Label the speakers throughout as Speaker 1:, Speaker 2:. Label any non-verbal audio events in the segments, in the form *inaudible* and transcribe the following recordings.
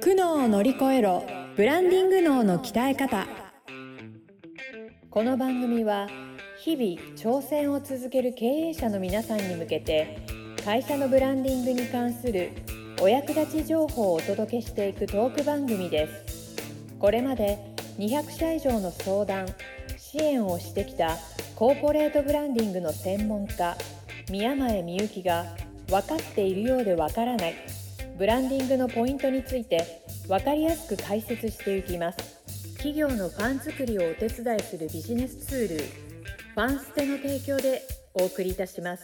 Speaker 1: 苦悩を乗り越えろブランディング脳の鍛え方この番組は日々挑戦を続ける経営者の皆さんに向けて会社のブランディングに関するお役立ち情報をお届けしていくトーク番組ですこれまで200社以上の相談支援をしてきたコーポレートブランディングの専門家宮前美幸が分かっているようで分からないブランディングのポイントについて分かりやすく解説していきます企業のファン作りをお手伝いするビジネスツールファンステの提供でお送りいたします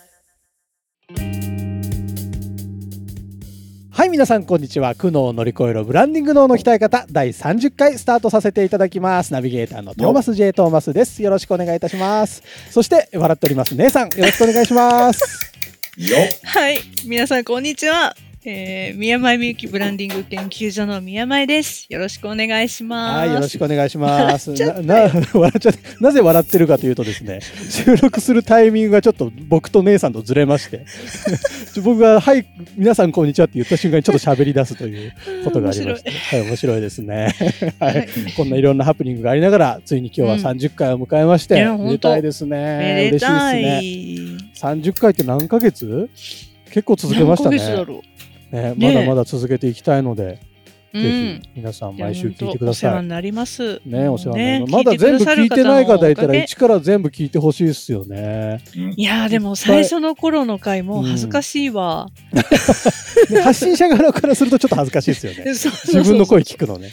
Speaker 2: はい皆さんこんにちは苦悩を乗り越えろブランディング脳の鍛え方第30回スタートさせていただきますナビゲーターのトーマス J トーマスですよろしくお願いいたしますそして笑っております姉さんよろしくお願いします
Speaker 3: よ
Speaker 4: はい。皆さん、こんにちは。えー、宮前みゆきブランディング研究所の宮前です。よろしくお願いします。
Speaker 2: はいよろしくお願いしますなな *laughs* 笑っちゃってなぜ笑ってるかというとですね収録するタイミングがちょっと僕と姉さんとずれまして
Speaker 4: *laughs*
Speaker 2: ちょ僕がはい皆さんこんにちはって言った瞬間にちょっと喋り出すということがありまして、はい、面白いですね。
Speaker 4: *laughs*
Speaker 2: はい、こんないろんなハプニングがありながら、ついに今日は三十回を迎えまし
Speaker 4: うん
Speaker 2: て、
Speaker 4: いや
Speaker 2: めでたいですね。
Speaker 4: めで
Speaker 2: 嬉しい
Speaker 4: たい。
Speaker 2: ですね。三十回って何ヶ月？結構続けました
Speaker 4: 何ヶ月だ
Speaker 2: ね。
Speaker 4: ろ
Speaker 2: ね、ま
Speaker 4: ね
Speaker 2: だまだ続けていきたいので、
Speaker 4: う。
Speaker 2: ぜひ皆さん
Speaker 4: うん。や
Speaker 2: 毎週聞いてく
Speaker 4: 本当お
Speaker 2: だ
Speaker 4: 世話
Speaker 2: さ
Speaker 4: に
Speaker 2: い。
Speaker 4: なります。
Speaker 2: ね、お世話になります。
Speaker 4: も
Speaker 2: ま
Speaker 4: うね
Speaker 2: だ全部聞いてない方いたら、
Speaker 4: 聞いてくださる方のおか
Speaker 2: 一から全部聞いてほしいですよ
Speaker 4: *laughs*
Speaker 2: ね。
Speaker 4: げいやーでも最初の頃の回もう恥ずかしいわ。
Speaker 2: ね発信者側からするとちょっと恥ずかしいですよね。
Speaker 4: *laughs* そう
Speaker 2: 自分の声聞くのね。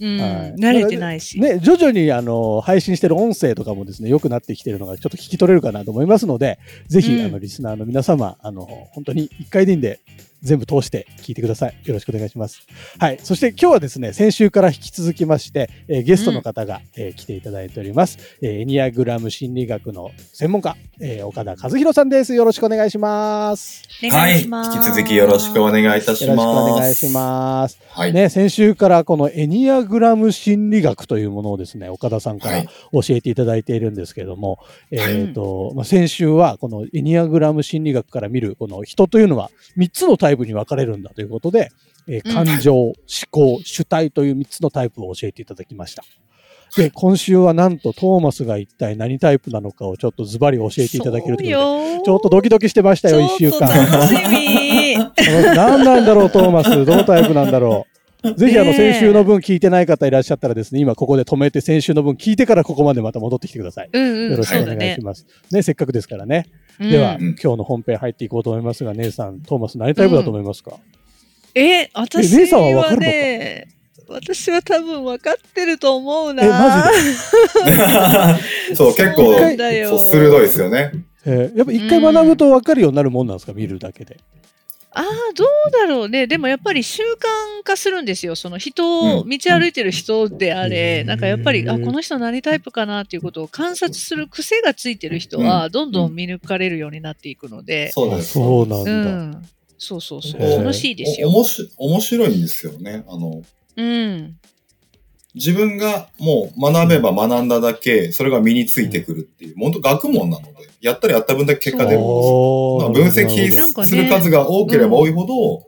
Speaker 4: うん、
Speaker 2: はい
Speaker 4: 慣れてないし。
Speaker 2: ね、徐々にあの配信してる音声とかもですね、良くなってきてるのがちょっと聞き取れるかなと思いますので、ぜひ、
Speaker 4: うん
Speaker 2: あのリスナーの皆様、あの本当に1回でいいんで、全部通して聞いてください。よろしくお願いします。はい。そして今日はですね、先週から引き続きまして、えーゲストの方が、えー来ていただいております、えーエニアグラム心理学の専門家、えー岡田和弘さんです。よろしくお願いします。
Speaker 4: お
Speaker 3: は
Speaker 4: 願
Speaker 3: い。
Speaker 4: し
Speaker 3: 引
Speaker 4: ます
Speaker 3: き続きよろしくお願いいたし
Speaker 2: よろしく
Speaker 3: ます。
Speaker 2: お願いします。
Speaker 3: はい。
Speaker 2: ね、先週からこのエニアグラム心理学というものをですね、岡田さんか
Speaker 3: は
Speaker 2: ら *laughs*
Speaker 3: い。
Speaker 2: 教えていただいているんですけれども、えっと、まあ、先週はこのエニアグラム心理学から見るこの人というのは3つのタイプに分かれるんだということで、えー
Speaker 4: うん
Speaker 2: 感情、思考、主体という3つのタイプを教えていただきました。で、今週はなんとトーマスが一体何タイプなのかをちょっとズバリ教えていただけるということで、ちょっとドキドキしてましたよ、1週間。
Speaker 4: ちょっと楽し
Speaker 2: *laughs*
Speaker 4: み。
Speaker 2: 何なんだろう、トーマス。どのタイプなんだろう。ぜひ、あの、
Speaker 4: ねえ
Speaker 2: 先週の分聞いてない方いらっしゃったらですね、今ここで止めて、先週の分聞いてからここまでまた戻ってきてください。
Speaker 4: うんう
Speaker 2: よろ
Speaker 4: ん、
Speaker 2: しく
Speaker 4: そ
Speaker 2: お
Speaker 4: うだ
Speaker 2: 願い
Speaker 4: ね
Speaker 2: し。ます。ねせっかくですからね。では、
Speaker 4: うん
Speaker 2: 今日の本編入っていこうと思いますが、姉さん、トーマス何タイプだと思いますか、
Speaker 4: え、私
Speaker 2: 姉さんはわか
Speaker 4: は
Speaker 2: るのか
Speaker 4: ね、私は多分分かってると思うな。
Speaker 2: えマジ
Speaker 3: そう、結構、
Speaker 4: そうだよ
Speaker 3: そう鋭いですよね。
Speaker 2: えーやっぱ一回学ぶと分かるようになるもんなんですか見るだけで。
Speaker 4: ああ、どうだろうね。でもやっぱり習慣化するんですよ。その人を、
Speaker 3: うん
Speaker 4: 道歩いてる人であれ、
Speaker 2: うん
Speaker 4: なんかやっぱり、あ、この人何タイプかなっていうことを観察する癖がついてる人は、どんどん見抜かれるようになっていくので、
Speaker 3: そうなん
Speaker 2: あ
Speaker 3: です。
Speaker 2: そうなん
Speaker 4: う
Speaker 2: だ。
Speaker 4: ん。そうそうそう。
Speaker 2: へー
Speaker 4: 楽しいです
Speaker 3: おお
Speaker 4: よ。
Speaker 3: もし面白いんですよね。あの、
Speaker 4: うん。
Speaker 3: 自分がもう学べば学んだだけ、それが身についてくるっていう、本当学問なので、やったらやった分だけ結果出るんですよ
Speaker 2: お
Speaker 3: まあ
Speaker 2: ー
Speaker 3: 分
Speaker 4: なるほど
Speaker 3: 析する数が多ければ多いほど、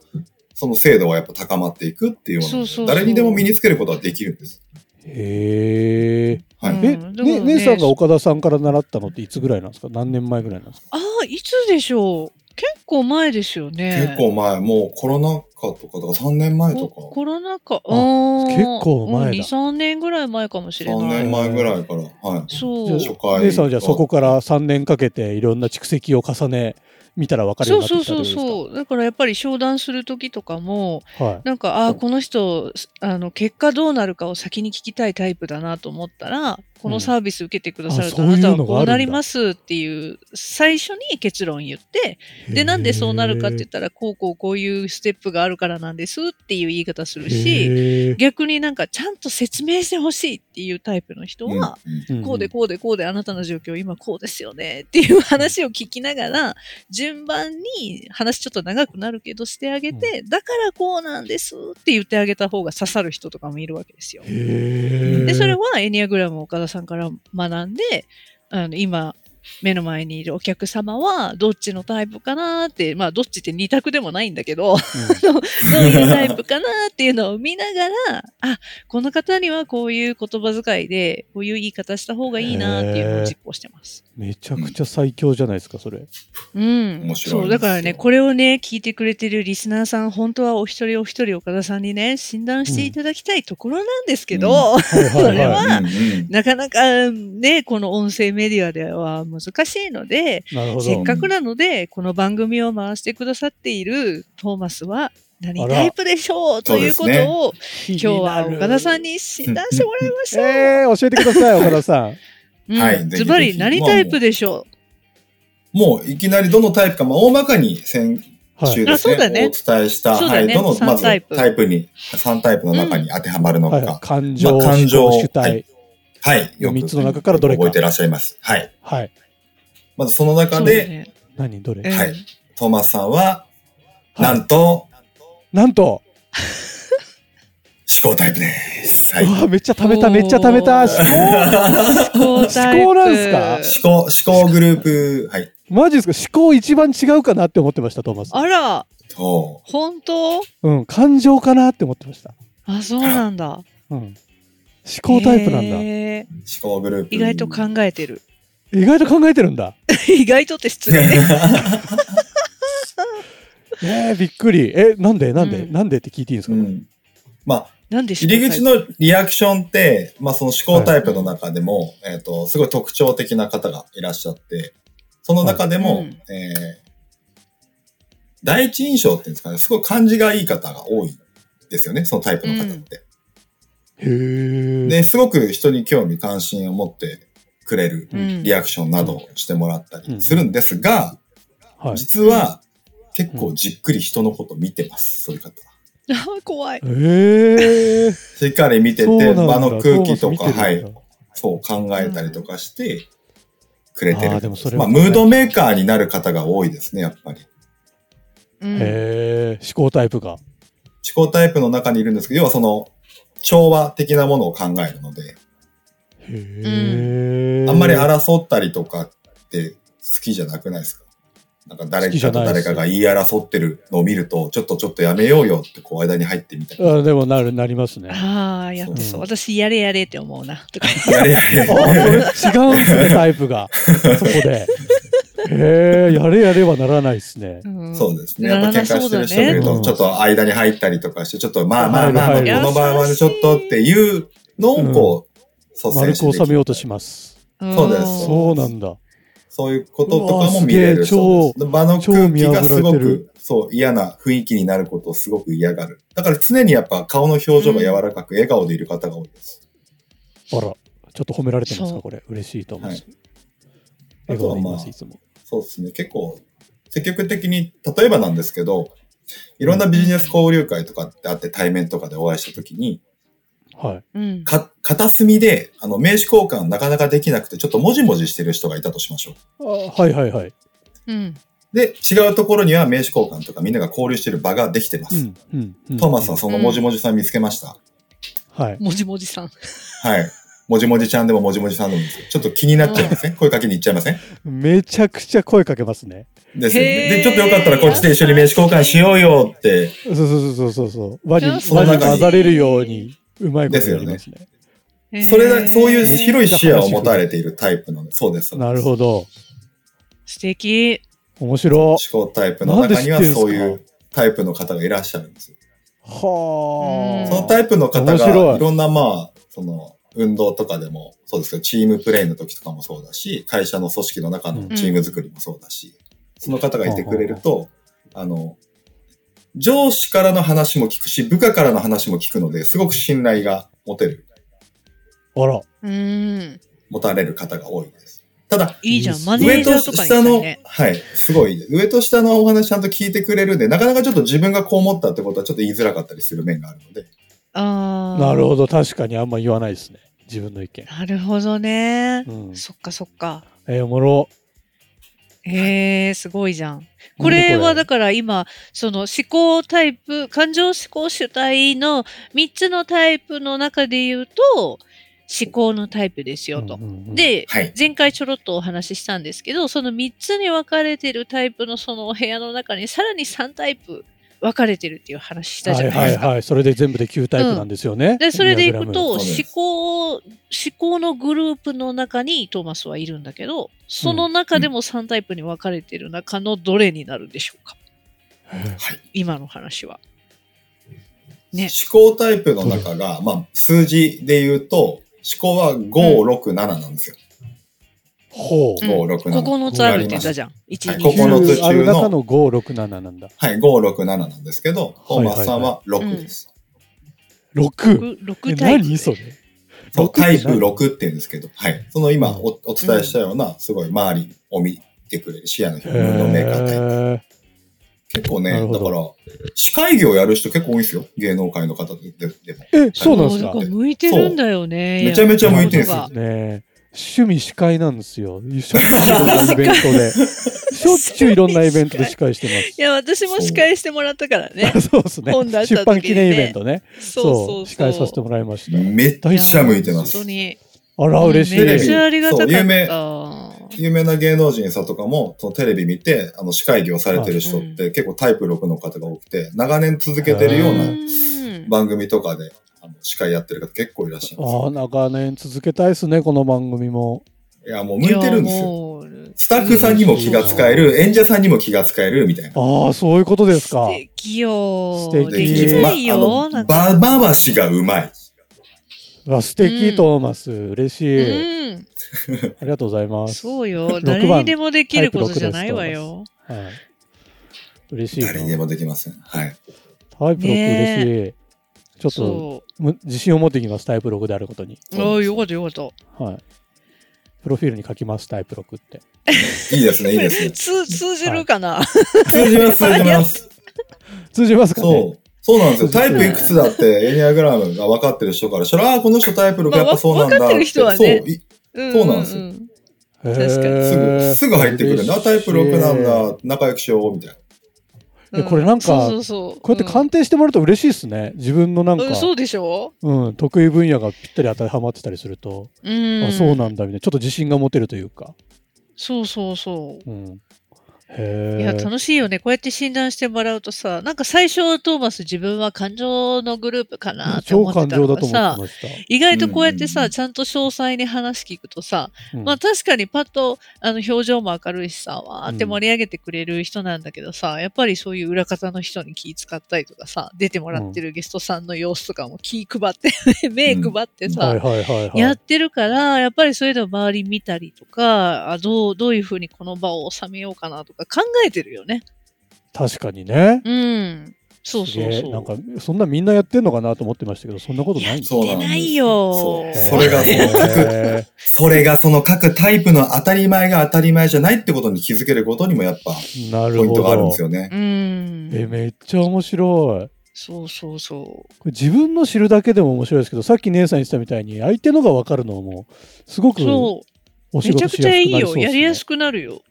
Speaker 3: その精度はやっぱ高まっていくっていうような
Speaker 4: そうそうそう
Speaker 3: 誰にでも身につけることはできるんです。
Speaker 2: へえ。
Speaker 3: は
Speaker 4: う
Speaker 3: い。
Speaker 4: ん
Speaker 2: え、
Speaker 4: でも
Speaker 2: ね
Speaker 4: ね
Speaker 2: 姉さんが岡田さんから習ったのっていつぐらいなんですか何年前ぐらいなんですか
Speaker 4: ああ、いつでしょう。結構前ですよね。
Speaker 3: 結構前、もうコロナ禍とか、だから3年前とか。
Speaker 4: ココロナ禍。
Speaker 2: あ結構前だ
Speaker 4: 2、3年ぐらい前かもしれ
Speaker 3: 3
Speaker 4: な
Speaker 3: 年
Speaker 4: い。
Speaker 3: 前ぐらいから、はい。
Speaker 4: そう。
Speaker 2: じゃ
Speaker 3: 初回
Speaker 2: 姉さんはじゃあそこから3年かけていろんな蓄積を重ね見たら分かるよう
Speaker 4: そ
Speaker 2: に
Speaker 4: う
Speaker 2: なって
Speaker 4: そう
Speaker 2: きた
Speaker 4: そ
Speaker 2: というこ
Speaker 4: うそう。だからやっぱり商談するときとかも、
Speaker 2: とですか。はい。
Speaker 4: なんか、ああ、この人、あの、結果どうなるかを先に聞きたいタイプだなと思ったら、こ
Speaker 2: うん
Speaker 4: のサービス受けてくださると、
Speaker 2: あ
Speaker 4: あ
Speaker 2: そういう
Speaker 4: な
Speaker 2: のがあるんだ
Speaker 4: たはこうなりますっていう、最初に結論言って、で、なんでそうなるかって言ったら、こうこうこういうステップがあるからなんですっていう言い方するし、
Speaker 2: し、
Speaker 4: 逆になんか、ちゃんと説明してほしいっていうタイプの人は、
Speaker 3: うんうん
Speaker 4: こうでこうでこうであなたの状況今こうですよねっていう話を聞きながら順番に話ちょっと長くなるけどしてあげて、だからこうなんですって言ってあげた方が刺さる人とかもいるわけですよ。
Speaker 2: へー
Speaker 4: でそれはエニアグラムを岡田さんから学んであの今目の前にいるお客様はどっちのタイプかなって、まあどっちって二択でもないんだけど、どういうタイプかなっていうのを見ながら、あ、この方にはこういう言葉遣いで、こういう言い方した方がいいなっていうのを実行してます。
Speaker 2: めちゃくちゃ最強じゃないですか、それ。
Speaker 4: うん。
Speaker 3: 面白い
Speaker 4: そう、だからね、これをね、聞いてくれてるリスナーさん、本当はお一人お一人岡田さんにね、診断していただきたいところなんですけど、
Speaker 2: はい
Speaker 4: それは
Speaker 3: うんうん
Speaker 4: *laughs* なかなかね、この音声メディアでは難しいので、
Speaker 2: なるほ
Speaker 4: せっ
Speaker 2: ど。
Speaker 4: かくなので、この番組を回してくださっているトーマスは何
Speaker 2: あら
Speaker 4: タイプでしょうということを、
Speaker 2: 今
Speaker 4: 今日は岡田さんに診断してもらいましょう。
Speaker 2: えー、教えてください、岡田さん。
Speaker 4: うん
Speaker 3: はいぜひぜひ
Speaker 4: ズバリ何タイプでしょ
Speaker 3: もういきなりどのタイプか、まあ、大まかに先
Speaker 2: はい。
Speaker 3: 週です
Speaker 4: あそうだ
Speaker 3: ね、
Speaker 4: ね
Speaker 3: お伝えした、
Speaker 4: そう
Speaker 3: は
Speaker 4: だ
Speaker 3: い、
Speaker 4: ね
Speaker 3: どの、
Speaker 4: 三
Speaker 3: まず
Speaker 4: タイプ
Speaker 3: タイプに、3タイプの中に当てはまるのか、
Speaker 2: はい、感情、
Speaker 3: まあ感情
Speaker 2: 思考主体。
Speaker 3: はい、よく
Speaker 2: 三つの中からどれか
Speaker 3: 覚えてらっしゃいます。はい。
Speaker 2: はい。
Speaker 3: まずその
Speaker 4: う
Speaker 3: 中
Speaker 4: そう
Speaker 3: で、
Speaker 4: だね
Speaker 2: 何どれ、
Speaker 4: うん
Speaker 3: はいトーマスさんは、
Speaker 2: はい
Speaker 3: なんと、
Speaker 2: なんと、
Speaker 3: 思考タイプです。は
Speaker 2: う
Speaker 3: い。
Speaker 2: わめっちゃ貯めた、めっちゃ貯めた。
Speaker 4: お
Speaker 2: 思考
Speaker 4: 思考タイ
Speaker 2: 思
Speaker 4: プ
Speaker 2: 考なんすか
Speaker 3: 思考、思考グループ、はい。
Speaker 2: マジですか思考一番違うかなって思ってました、トーマス。
Speaker 4: あら、
Speaker 3: と、
Speaker 4: 本当
Speaker 2: うん、感情かなって思ってました。
Speaker 4: あ、そうなんだ。
Speaker 2: うん。思考タイプなんだ。
Speaker 4: へー
Speaker 3: 思考グループ。
Speaker 4: 意外と考えてる。
Speaker 2: 意外と考えてるんだ。
Speaker 4: 意外とって失
Speaker 3: *laughs*
Speaker 4: 礼ね。
Speaker 2: えー、びっくり。え、なんでなんで、
Speaker 4: うん
Speaker 2: なんでって聞いていいんです
Speaker 3: う
Speaker 2: か、
Speaker 3: ん。まあ、
Speaker 4: なんで思考タイ
Speaker 3: 入
Speaker 4: プ
Speaker 3: り口のリアクションって、まあその思考タイプの中でも、えっ、と、すごい特徴的な方がいらっしゃって、その中でも、
Speaker 4: はいうん
Speaker 3: えー第一印象っていうんですかね、すごい感じがいい方が多いですよね、そのタイプの方って。
Speaker 2: へー。
Speaker 3: で、すごく人に興味関心を持ってくれる
Speaker 4: うん
Speaker 3: リアクションなどをしてもらったりするんですが、
Speaker 2: はい。
Speaker 3: 実は結構じっくり人のこと見てます、そういう方は。
Speaker 4: あー *laughs* 怖い。
Speaker 2: えー。
Speaker 3: しっかり見て
Speaker 2: そうな
Speaker 3: て、
Speaker 2: んだ
Speaker 3: 場の空気
Speaker 2: トーマ
Speaker 3: と
Speaker 2: ス
Speaker 3: か、
Speaker 2: 見て
Speaker 3: は
Speaker 2: るんだ。
Speaker 3: いそう考えたりとかしてくれて
Speaker 2: あ
Speaker 3: る。
Speaker 2: ーでもそれ
Speaker 3: ま
Speaker 2: は
Speaker 3: あ、ムードメーカーになる方が多いですね、やっぱり。
Speaker 4: うん
Speaker 2: へー。思考タイプが。
Speaker 3: 思考タイプの中にいるんですけど、要はその、調和的なものを考えるので、
Speaker 2: へー。
Speaker 3: あんまり争ったりとかって好きじゃなくないですかなんか誰
Speaker 2: 好きじゃ
Speaker 3: か
Speaker 2: な
Speaker 3: と
Speaker 2: いです
Speaker 3: 誰かが言い争ってるのを見ると、ちょっとちょっとやめようよってこう間に入ってみたり。
Speaker 2: あでもなる、なりますね。
Speaker 4: ああ、やってそう。
Speaker 2: うん
Speaker 4: 私、やれやれって思うな。とか。
Speaker 3: やれやれ。
Speaker 2: あ、これ違うんすね、タイプ
Speaker 3: *laughs*
Speaker 2: が。そこで。へえ、やれやれはならないですね。
Speaker 4: ん
Speaker 3: そうですね。やっぱ喧嘩してる人見
Speaker 4: なら
Speaker 3: る
Speaker 2: なそうだ
Speaker 3: と、
Speaker 2: ね
Speaker 3: ちょっと間に入ったりとかして、ちょっとまあまあまあまあ、
Speaker 2: 入る入る
Speaker 3: この場合はねちょっとっていうのをこう、率
Speaker 2: 丸く
Speaker 3: 先してでき
Speaker 2: 収
Speaker 3: る
Speaker 2: めようとします。
Speaker 4: な
Speaker 3: そうです
Speaker 4: ん
Speaker 2: そうなんだ。
Speaker 3: そういうこととかも見れ
Speaker 2: うわ
Speaker 3: る
Speaker 2: すげえ
Speaker 3: そうです。場の
Speaker 2: 超
Speaker 3: 空
Speaker 2: 見
Speaker 3: 気
Speaker 2: 破ら
Speaker 3: が
Speaker 2: れてる
Speaker 3: すごく、そう、嫌な雰囲気になることをすごく嫌がる。だから常にやっぱ顔の表情が柔らかく、笑顔でいる方が多いです。
Speaker 2: あら、ちょっと褒められてます
Speaker 4: そ
Speaker 2: か、
Speaker 4: う
Speaker 2: これ。嬉しいと思う
Speaker 3: はい。
Speaker 2: 笑顔でいま
Speaker 3: あとは
Speaker 2: す、
Speaker 3: まあ
Speaker 2: いつも。
Speaker 3: そうですね。結構、積極的に、例えばなんですけど、いろんなビジネス交流会とかってあって対面とかでお会いしたときに、
Speaker 2: はい。
Speaker 4: うん。
Speaker 3: か、片隅で、あの、名刺交換なかなかできなくて、ちょっともじもじしてる人がいたとしましょう。
Speaker 2: あはいはいはい。
Speaker 4: うん。
Speaker 3: で、違うところには名刺交換とかみんなが交流してる場ができてま
Speaker 2: う
Speaker 3: す。
Speaker 2: ん、うん。うん
Speaker 3: トーマスさん、そのもじもじさん見つけました、
Speaker 2: はい。
Speaker 4: もじもじさん。
Speaker 3: はい。もじもじちゃんでももじもじさんでもいいですよちょっと気になっちゃいません声かけに行っちゃいません
Speaker 2: めちゃくちゃ声かけますね。
Speaker 3: ですよね。
Speaker 4: へー
Speaker 3: で、ちょっとよかったらこっちで一緒に名刺交換しようよって。
Speaker 2: そうそうそうそうそう。輪に、輪
Speaker 4: あ
Speaker 2: に
Speaker 4: そう
Speaker 3: なんだ
Speaker 2: 混ざれるように、うまいことやりま
Speaker 3: です
Speaker 2: ね。
Speaker 3: それだ、そういう
Speaker 4: う。
Speaker 3: 広い視野を持たれているタイプの、そうです。そうです
Speaker 2: なるほど。
Speaker 4: 素敵。
Speaker 2: 面白。
Speaker 3: 思考タイプの中には
Speaker 2: なんで知ってんすか
Speaker 3: そういうタイプの方がいらっしゃるんですよ。
Speaker 2: はあ。
Speaker 3: そのタイプの方
Speaker 2: 面白
Speaker 3: が
Speaker 2: い
Speaker 3: いろんなまあ、その運動とかでもそうですけど、チームプレイの時とかもそうだし、会社の組織の中のチーム作りもそうだし、その方がいてくれると、あの、上司からの話も聞くし、部下からの話も聞くので、すごく信頼が持てる、
Speaker 2: あら。
Speaker 4: うん。
Speaker 3: 持たれる方が多いです。ただ、
Speaker 4: いいじゃ
Speaker 2: い
Speaker 4: ん。
Speaker 2: い
Speaker 4: マネ
Speaker 3: 上
Speaker 4: ージャ
Speaker 3: と
Speaker 4: ーとかにした
Speaker 3: 下
Speaker 4: い
Speaker 3: の
Speaker 4: ね。、
Speaker 3: はい、すごい、上と下のお話ちゃんと聞いてくれるんで、なかなかちょっと自分がこう思ったってことはちょっと言いづらかったりする面があるので、
Speaker 4: ああ。
Speaker 2: なるほど。確かにあんま言わないですね。自分の意見。
Speaker 4: なるほどね
Speaker 2: う。ん。
Speaker 4: そっかそっか。
Speaker 2: えー、おもろ。
Speaker 4: へえ、すごいじゃん。こ
Speaker 2: なんで
Speaker 4: れはだから今、その思考タイプ、感情思考主体の3つのタイプの中で言うと、思考のタイプですよと。
Speaker 2: で、
Speaker 4: で、
Speaker 3: はい。
Speaker 4: 前回ちょろっとお話ししたんですけど、その3つに分かれてるタイプのそのお部屋の中にさらに3タイプ分かれてるっていう話した
Speaker 2: は
Speaker 4: じ
Speaker 2: い
Speaker 4: ゃない
Speaker 2: は
Speaker 4: で
Speaker 2: い
Speaker 4: すか。
Speaker 2: はい、それで全部で9タイプなんですよね。
Speaker 4: で、それでいくと、
Speaker 3: そう
Speaker 4: 思
Speaker 3: です
Speaker 4: 考、思考のグループの中にトーマスはいるんだけど、その中でも3タイプに分かれてる中のどれになるんでしょうか
Speaker 3: はい。
Speaker 4: 今の話は。ね
Speaker 3: 思考タイプの中が、まあ、数字で言うと、思考は5、6、7なんですよ。
Speaker 2: ほう。
Speaker 4: うん
Speaker 3: 5、6、7。
Speaker 4: 9つあるって言ったじゃん。1、
Speaker 3: はい
Speaker 4: 2、3。
Speaker 3: 9つ
Speaker 2: あ
Speaker 3: 中
Speaker 2: る
Speaker 3: の
Speaker 2: 中の5、6、7なんだ。
Speaker 3: はい、5、6、7なんですけど、トーマスさんは6です。
Speaker 2: 6。
Speaker 4: 6,
Speaker 2: え、
Speaker 4: タイプ。
Speaker 2: 何それ。
Speaker 3: そう、
Speaker 2: 六
Speaker 3: タ
Speaker 2: って
Speaker 3: イ
Speaker 2: 何
Speaker 3: プ6って言うんですけど、はい。その今おお伝えしたような、すごい周りを見てくれる視野の広いムードメーカータイプ。
Speaker 2: へ
Speaker 3: 結構ね、
Speaker 2: なるほ
Speaker 3: だか
Speaker 2: ど
Speaker 3: ら、司会業やる人結構多いですよ。芸能界の方でででも。
Speaker 2: え。え、そうなんですか
Speaker 4: も。だら向いてるんだよね。
Speaker 3: めちゃめちゃ向いてるんです
Speaker 4: や
Speaker 3: よ
Speaker 4: るこ。
Speaker 2: ねえ趣味司会なんですよ。しょっちゅういろんなイベント
Speaker 3: *laughs*
Speaker 2: で。しょっちゅういろんなイベントで司会して
Speaker 4: とがいや、私も司会してもらったからね *laughs*
Speaker 2: ま。す。そうですね
Speaker 4: 今度会った時にね
Speaker 2: 出版記念イベントね。
Speaker 4: そう
Speaker 2: そ。
Speaker 4: そうう。
Speaker 2: 司会させてもらいました。
Speaker 3: めっちゃ向いてます
Speaker 4: 本当。に。
Speaker 2: あら、嬉し
Speaker 4: めっち
Speaker 2: い。
Speaker 4: ゃありがたかっ
Speaker 3: そう有名
Speaker 4: た。
Speaker 3: 有名な芸能人さんとかも、そのテレビ見て、あの、司会業されてる人って結構タイプ6の方が多くて、長年続けてるよう
Speaker 2: 有
Speaker 3: な
Speaker 4: うん
Speaker 3: 番組とかで、あの司会やってる方結構いらっしゃいます
Speaker 2: ああ、。長年続けたいですね、この番組も。
Speaker 3: いや、もう向いてるんです
Speaker 4: いや
Speaker 3: よ。
Speaker 4: もう
Speaker 3: スタッフさんにも気が使える、演者さんにも気が使える、みたいな。
Speaker 2: ああ、そういうことですか
Speaker 4: 素。敵よ。
Speaker 2: 素敵
Speaker 4: できない
Speaker 3: ま
Speaker 4: よ。
Speaker 3: あ
Speaker 4: な
Speaker 3: の、
Speaker 4: んか
Speaker 3: ば、ばばしがうまい。
Speaker 2: あ素敵、
Speaker 4: うん
Speaker 2: トーマス。嬉し
Speaker 4: う
Speaker 2: い、
Speaker 4: ん。
Speaker 2: ありがとうございます。
Speaker 4: そうよ。
Speaker 2: 六番
Speaker 4: 誰にでもできることじゃないわよ。
Speaker 2: はい、嬉しいな。
Speaker 3: 誰にでもできません。はい。
Speaker 2: タイプ6嬉しい。ちょっと
Speaker 4: そ
Speaker 2: む自信を持っていきます、タイプ6であることに。
Speaker 4: う。ああ、よかったよかった。。
Speaker 2: はい。プロフィールに書きます、タイプ6って。
Speaker 3: いいですね、いいですね
Speaker 4: *laughs* 通通じるかな、
Speaker 3: 通じます、通じます。
Speaker 2: 通じますかね
Speaker 3: そう。そうなんですよ。タイプいくつだって、エニアグラムが分かってる人からしたら、ああー、この人タイプ6やっぱそうなんだ
Speaker 4: まあわ分かってる人はね
Speaker 3: そうい、
Speaker 4: う
Speaker 3: そうなんですよ
Speaker 4: ん
Speaker 2: へー
Speaker 4: 確かに
Speaker 3: すぐ、すぐ入ってくるんだ。あタイプ6なん。
Speaker 2: 嬉し
Speaker 3: だ。仲良くしよう、みたいな。
Speaker 2: えこれなんか
Speaker 4: そうそうそう
Speaker 2: いこうやって鑑定してもらうと嬉しいですね。自分のなんか
Speaker 4: う、ん、そうでしょ
Speaker 2: うん、得意分野がぴったり当てはまってたりすると、
Speaker 4: うん
Speaker 2: あそうなんだみたいな、ちょっと自信が持てるというか。
Speaker 4: そうそうそう
Speaker 2: うん、へえ。
Speaker 4: いや、楽しいよね。こうやって診断してもらうとさ、なんか最初、トーマス自分は感情のグループかなって
Speaker 2: 超
Speaker 4: 思って
Speaker 2: 感
Speaker 4: たの
Speaker 2: 情だ
Speaker 4: が
Speaker 2: と思っ
Speaker 4: さ
Speaker 2: て、まし
Speaker 4: 意外とこうやってさ、
Speaker 3: うんうんうん
Speaker 4: ちゃんと詳細に話聞くとさ、
Speaker 2: た。うん
Speaker 4: まあ確かにパッと、あの、表情も明るいしさ、わーって盛り上げてくれる人なんだけどさ、やっぱりそういう裏方の人に気使ったりとかさ、出てもらってるゲストさんの様子とかも気配って、 *laughs* 目配ってさ、
Speaker 2: はいはいはいはい。
Speaker 4: やってるから、やっぱりそういうのを周り見たりとか、あどう、どういうふうにこの場を収めようかなとか考えてるよね。
Speaker 2: 確かにね。
Speaker 4: うん。そうそう
Speaker 2: す
Speaker 4: そ
Speaker 2: げえ
Speaker 4: う。
Speaker 2: なんか、そんなみんなやってんのかなと思ってましたけど、そんなことないんだ
Speaker 3: そうなんです。
Speaker 4: 出ないよ
Speaker 3: そう
Speaker 2: へー
Speaker 3: それがその各、
Speaker 2: へ
Speaker 3: それがその各タイプの当たり前が当たり前じゃないってことに気づけることにもやっぱ、
Speaker 2: ーな
Speaker 3: *laughs* ポ
Speaker 2: る
Speaker 3: イン
Speaker 2: ほ
Speaker 3: トがあるん
Speaker 2: ど
Speaker 3: です。よね。
Speaker 4: うん。
Speaker 2: え、めっちゃ面白い。
Speaker 4: そうそうそう。
Speaker 2: これ自分の知るだけでも面白いですけど、さっき姉さん言ってたみたいに、相手のが分かるのも、すごく
Speaker 4: そ
Speaker 2: お
Speaker 4: う。
Speaker 2: 仕
Speaker 4: めち
Speaker 2: 事
Speaker 4: ゃく
Speaker 2: し
Speaker 4: ち
Speaker 2: や
Speaker 4: ゃい
Speaker 2: すくな
Speaker 4: い
Speaker 2: り
Speaker 4: よ。
Speaker 2: そう
Speaker 4: やりや
Speaker 2: ですす
Speaker 4: くなるよ。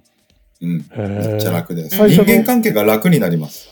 Speaker 3: うん。
Speaker 2: ね。
Speaker 3: めっちゃ楽です。
Speaker 2: 最
Speaker 3: 人
Speaker 2: 初の
Speaker 3: 間関係が楽になります。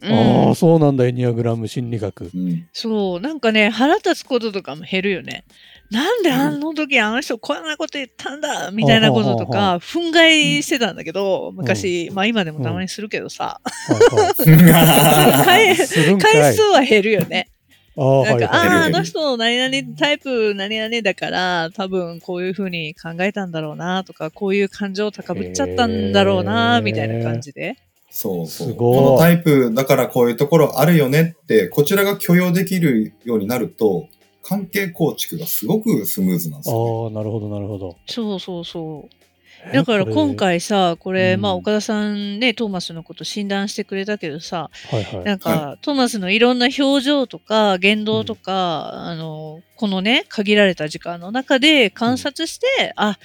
Speaker 4: う
Speaker 2: へーああ、
Speaker 4: ん。
Speaker 2: そうなんだ、エニアグラム心理学。
Speaker 3: うん。
Speaker 4: そう。なんかね、腹立つこととかも減るよね。なんであの時あの人こんなこと言ったんだみたいなこ
Speaker 2: は
Speaker 4: とと
Speaker 2: あはあ
Speaker 4: か、憤慨してたんだけど、昔、まあ今でもたまにするけどさ、 *laughs* 返
Speaker 2: するんかい
Speaker 4: *laughs* 回数は減るよね。
Speaker 2: ああ、
Speaker 4: な
Speaker 2: は
Speaker 4: ん
Speaker 2: い
Speaker 4: か、
Speaker 2: はい
Speaker 4: ああ、
Speaker 2: は
Speaker 4: あ
Speaker 2: い。
Speaker 4: の人の何々タイプ何々だから、多分こういうふうに考えたんだろうなとか、こういう感情を高ぶっちゃったんだろう
Speaker 2: へ
Speaker 4: な
Speaker 2: ー
Speaker 4: みたいな感じで。
Speaker 3: そうそう。
Speaker 2: すごい
Speaker 3: このタイプだからこういうところあるよねって、こちらが許容できるようになると、関係構築がすごくスムーズなんですよ、
Speaker 2: ああ、なるほど、なるほど。
Speaker 4: そうそうそう。
Speaker 2: え
Speaker 4: だから
Speaker 2: これ
Speaker 4: 今回さ、これ、
Speaker 2: うん
Speaker 4: まあ岡田さんね、トーマスのこと診断してくれたけどさ、
Speaker 2: はいはい。
Speaker 4: なんか、トーマスのいろんな表情とか言動とか、あの、このね、限られた時間の中で観察して、あ、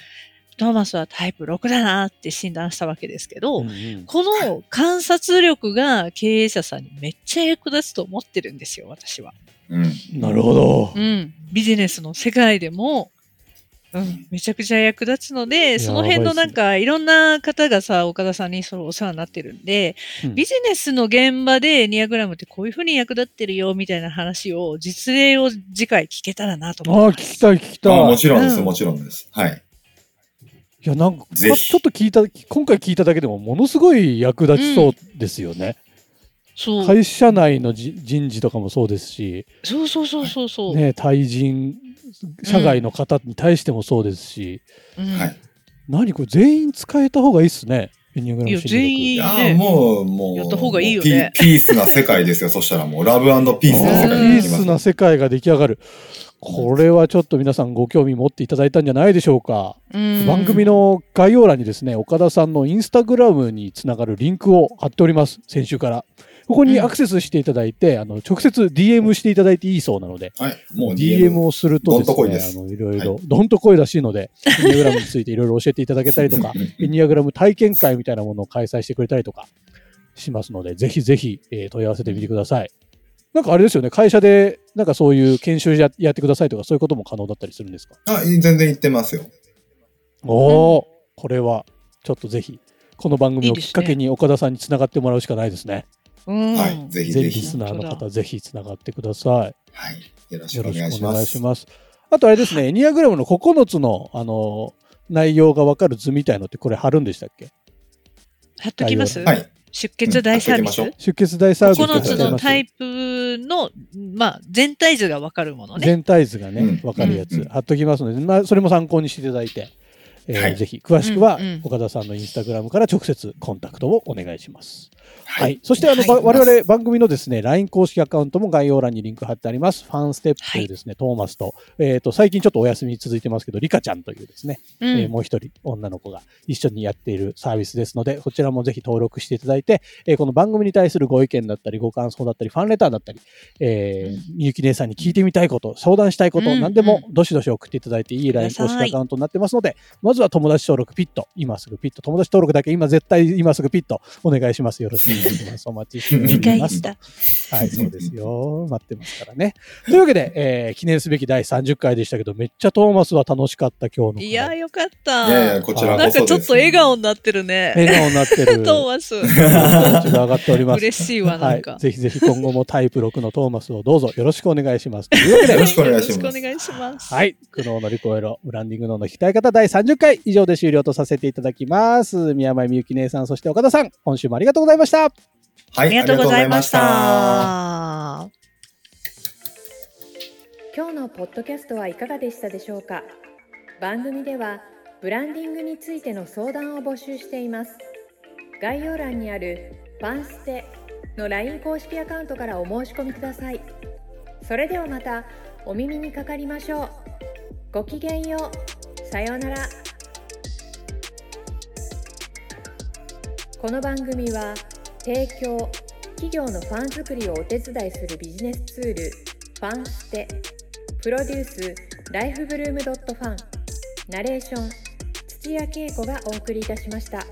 Speaker 4: トーマスはタイプ6だなって診断したわけですけど、
Speaker 2: うんうん
Speaker 4: この観察力が経営者さんにめっちゃ役立つと思ってるんですよ、私は。
Speaker 3: ね。
Speaker 2: なるほど
Speaker 4: う。ん。ビジネスの世界でも、うん、めちゃくちゃ役立つので、
Speaker 2: や
Speaker 4: その辺のなんか、いろんな方がさ、岡田さんにそのお世話になってるんで、
Speaker 2: うん
Speaker 4: ビジネスの現場でエニアグラムってこういうふうに役立ってるよ、みたいな話を、実例を次回聞けたらなと
Speaker 2: あ
Speaker 4: 思
Speaker 2: あ、聞
Speaker 4: います。
Speaker 2: きたい、聞きた
Speaker 3: あ
Speaker 2: い。
Speaker 3: もちろんで
Speaker 4: う
Speaker 3: す、
Speaker 4: ん
Speaker 3: もちろんです。はい。
Speaker 2: いや、なんか、ち
Speaker 3: ぜ
Speaker 2: ょ
Speaker 3: ひ
Speaker 2: っと聞いた、今回聞いただけでも、ものすごい役立ちそうですよね。
Speaker 4: そう。
Speaker 2: 会社内のじ人事とかもそうですし、
Speaker 4: そうそうそうそうそう。
Speaker 2: ね、対人、社外の方に対してもそうですし、
Speaker 4: うん
Speaker 3: はい
Speaker 2: 何これ、全員使えた方がいいっすね。エニアグラム
Speaker 4: いや
Speaker 2: 心理学
Speaker 4: 全員
Speaker 3: いや
Speaker 4: ね
Speaker 3: ーもう、もう、
Speaker 4: やった方がいいよね
Speaker 3: ピピースな世界ですよ。 *laughs* そしたらもう、ラブピースな世界に
Speaker 2: ピー
Speaker 3: 行きます
Speaker 2: ス。な世界が出来上がる。これはちょっと皆さんご興味持っていただいたんじゃないでしょうか。
Speaker 4: うん
Speaker 2: 番組の概要欄にですね、岡田さんのインスタグラムにつながるリンクを貼っております、先週から。ここにアクセスしていただいて、あの直接 DM していただいていいそうなので、
Speaker 3: はい。もう
Speaker 2: DM
Speaker 3: DM を。
Speaker 2: をするとです
Speaker 3: どんとこ
Speaker 2: ね、
Speaker 3: いです
Speaker 2: あのいろいろ、どんとこいらしいので、エニアグラムについていろいろ教えていただけたり
Speaker 3: *laughs*
Speaker 2: とか、エニアグラム体験会みたいなものを開催してくれたりとかしますので、ぜひぜひ、えー問い合わせてみてください。なんかあれですよね、会社でなんかそういう研修ややってくださいとか、そういうことも可能だったりするんですか
Speaker 3: あ、全然言ってますよ。
Speaker 2: おお、これはちょっとぜひ、この番組をきっかけに岡田さんにつながってもらうしかないですね。
Speaker 4: うん
Speaker 3: はい。ぜひ
Speaker 2: ぜ
Speaker 3: ぜ
Speaker 2: ひリス
Speaker 3: ひ。
Speaker 2: ナーの
Speaker 4: 本当
Speaker 2: 方、ぜひつながってください。
Speaker 3: はい。よろし
Speaker 2: よ
Speaker 3: くお
Speaker 2: ろし
Speaker 3: 願いし
Speaker 2: くお
Speaker 3: ま
Speaker 2: 願い
Speaker 3: す
Speaker 2: し。ます。あとあれですね、エニアグラムの9つの、あの、内容がわかる図みたいのってこれ貼るんでしたっけ
Speaker 4: 貼っときます、
Speaker 3: はい。
Speaker 4: 出血大サービス、
Speaker 3: うん貼っと
Speaker 2: 出血大サービス
Speaker 4: 9
Speaker 2: として
Speaker 4: つの
Speaker 2: ます
Speaker 4: タイプの、まあ、全体図がわかるものね。
Speaker 2: 全体図がね、
Speaker 3: うん
Speaker 2: わかるやつ、
Speaker 3: うん
Speaker 2: 貼っときますので、まあ、それも参考にしていただいて、えー
Speaker 3: はい
Speaker 2: ぜひ、詳しくは
Speaker 4: うんうん
Speaker 2: 岡田さんのインスタグラムから直接コンタクトをお願いします。はい。
Speaker 3: はい
Speaker 2: そして、あの、
Speaker 4: はい
Speaker 2: ば我々番組のですね、LINE 公式アカウントも概要欄にリンク貼ってあります。ファンステップというですね、トーマスと、えっ、と、最近ちょっとお休み続いてますけど、リカちゃんというですね、
Speaker 4: うん
Speaker 2: えーもう一人女の子が一緒にやっているサービスですので、こちらもぜひ登録していただいて、えーこの番組に対するご意見だったり、ご感想だったり、ファンレターだったり、えーみゆき姉さんに聞いてみたいこと、相談したいこと、
Speaker 4: うん
Speaker 2: 何でもどしどし送っていただいて、いい LINE
Speaker 4: くだ
Speaker 2: 公
Speaker 4: さい
Speaker 2: 式アカウントになってますので、まずは友達登録ピット、今すぐピット、友達登録だけ今絶対今すぐピット、お願いします。よろしくお願いします。お待ちしてお
Speaker 4: 理
Speaker 2: り
Speaker 4: 解
Speaker 2: ま
Speaker 4: し
Speaker 2: す。
Speaker 4: た。
Speaker 2: はい、そうですよ。待ってますからね。というわけで、えー記念すべき第30回でしたけど、めっちゃトーマスは楽しかった、今日の。
Speaker 4: いやー、よか
Speaker 3: い
Speaker 4: っ
Speaker 3: やい
Speaker 4: た
Speaker 3: や、。こちらこ
Speaker 2: あ
Speaker 3: そ
Speaker 4: な
Speaker 3: で
Speaker 4: ん
Speaker 3: す。
Speaker 4: かちょっと笑顔になってるね。
Speaker 2: 笑顔になって
Speaker 4: *laughs*
Speaker 2: る。
Speaker 4: トーマス。
Speaker 2: 感じが上がっております。
Speaker 4: 嬉しいわ、なんか。
Speaker 2: ぜひぜひ今後もタイプ6のトーマスをどうぞよろしくお願いし
Speaker 4: *laughs*
Speaker 2: ます。というわけ
Speaker 3: よ
Speaker 2: で、
Speaker 3: ろしくお願いします
Speaker 4: よろくお願いします
Speaker 2: はい。苦悩を乗り越えろ、ブランディング脳の引きたい方第30回以上で終了とさせていただきます。宮前みゆき姉さん、そして岡田さん、今週もありがとうございました。
Speaker 3: は
Speaker 4: あ
Speaker 3: い、
Speaker 4: り
Speaker 3: あ
Speaker 4: が
Speaker 3: り
Speaker 4: と
Speaker 3: がと
Speaker 4: う
Speaker 3: う
Speaker 4: ご
Speaker 3: ご
Speaker 4: ざ
Speaker 3: ざ
Speaker 4: い
Speaker 3: い
Speaker 4: ま
Speaker 3: ま
Speaker 4: し
Speaker 3: した。
Speaker 4: た。
Speaker 1: 今日のポッドキャストはいかがでしたでしょうか番組ではブランディングについての相談を募集しています概要欄にあるファンステの LINE 公式アカウントからお申し込みくださいそれではまたお耳にかかりましょうごきげんようさようならこの番組は提供企業のファン作りをお手伝いするビジネスツールファンステプロデュースライフブルームドットファンナレーション土屋恵子がお送りいたしました。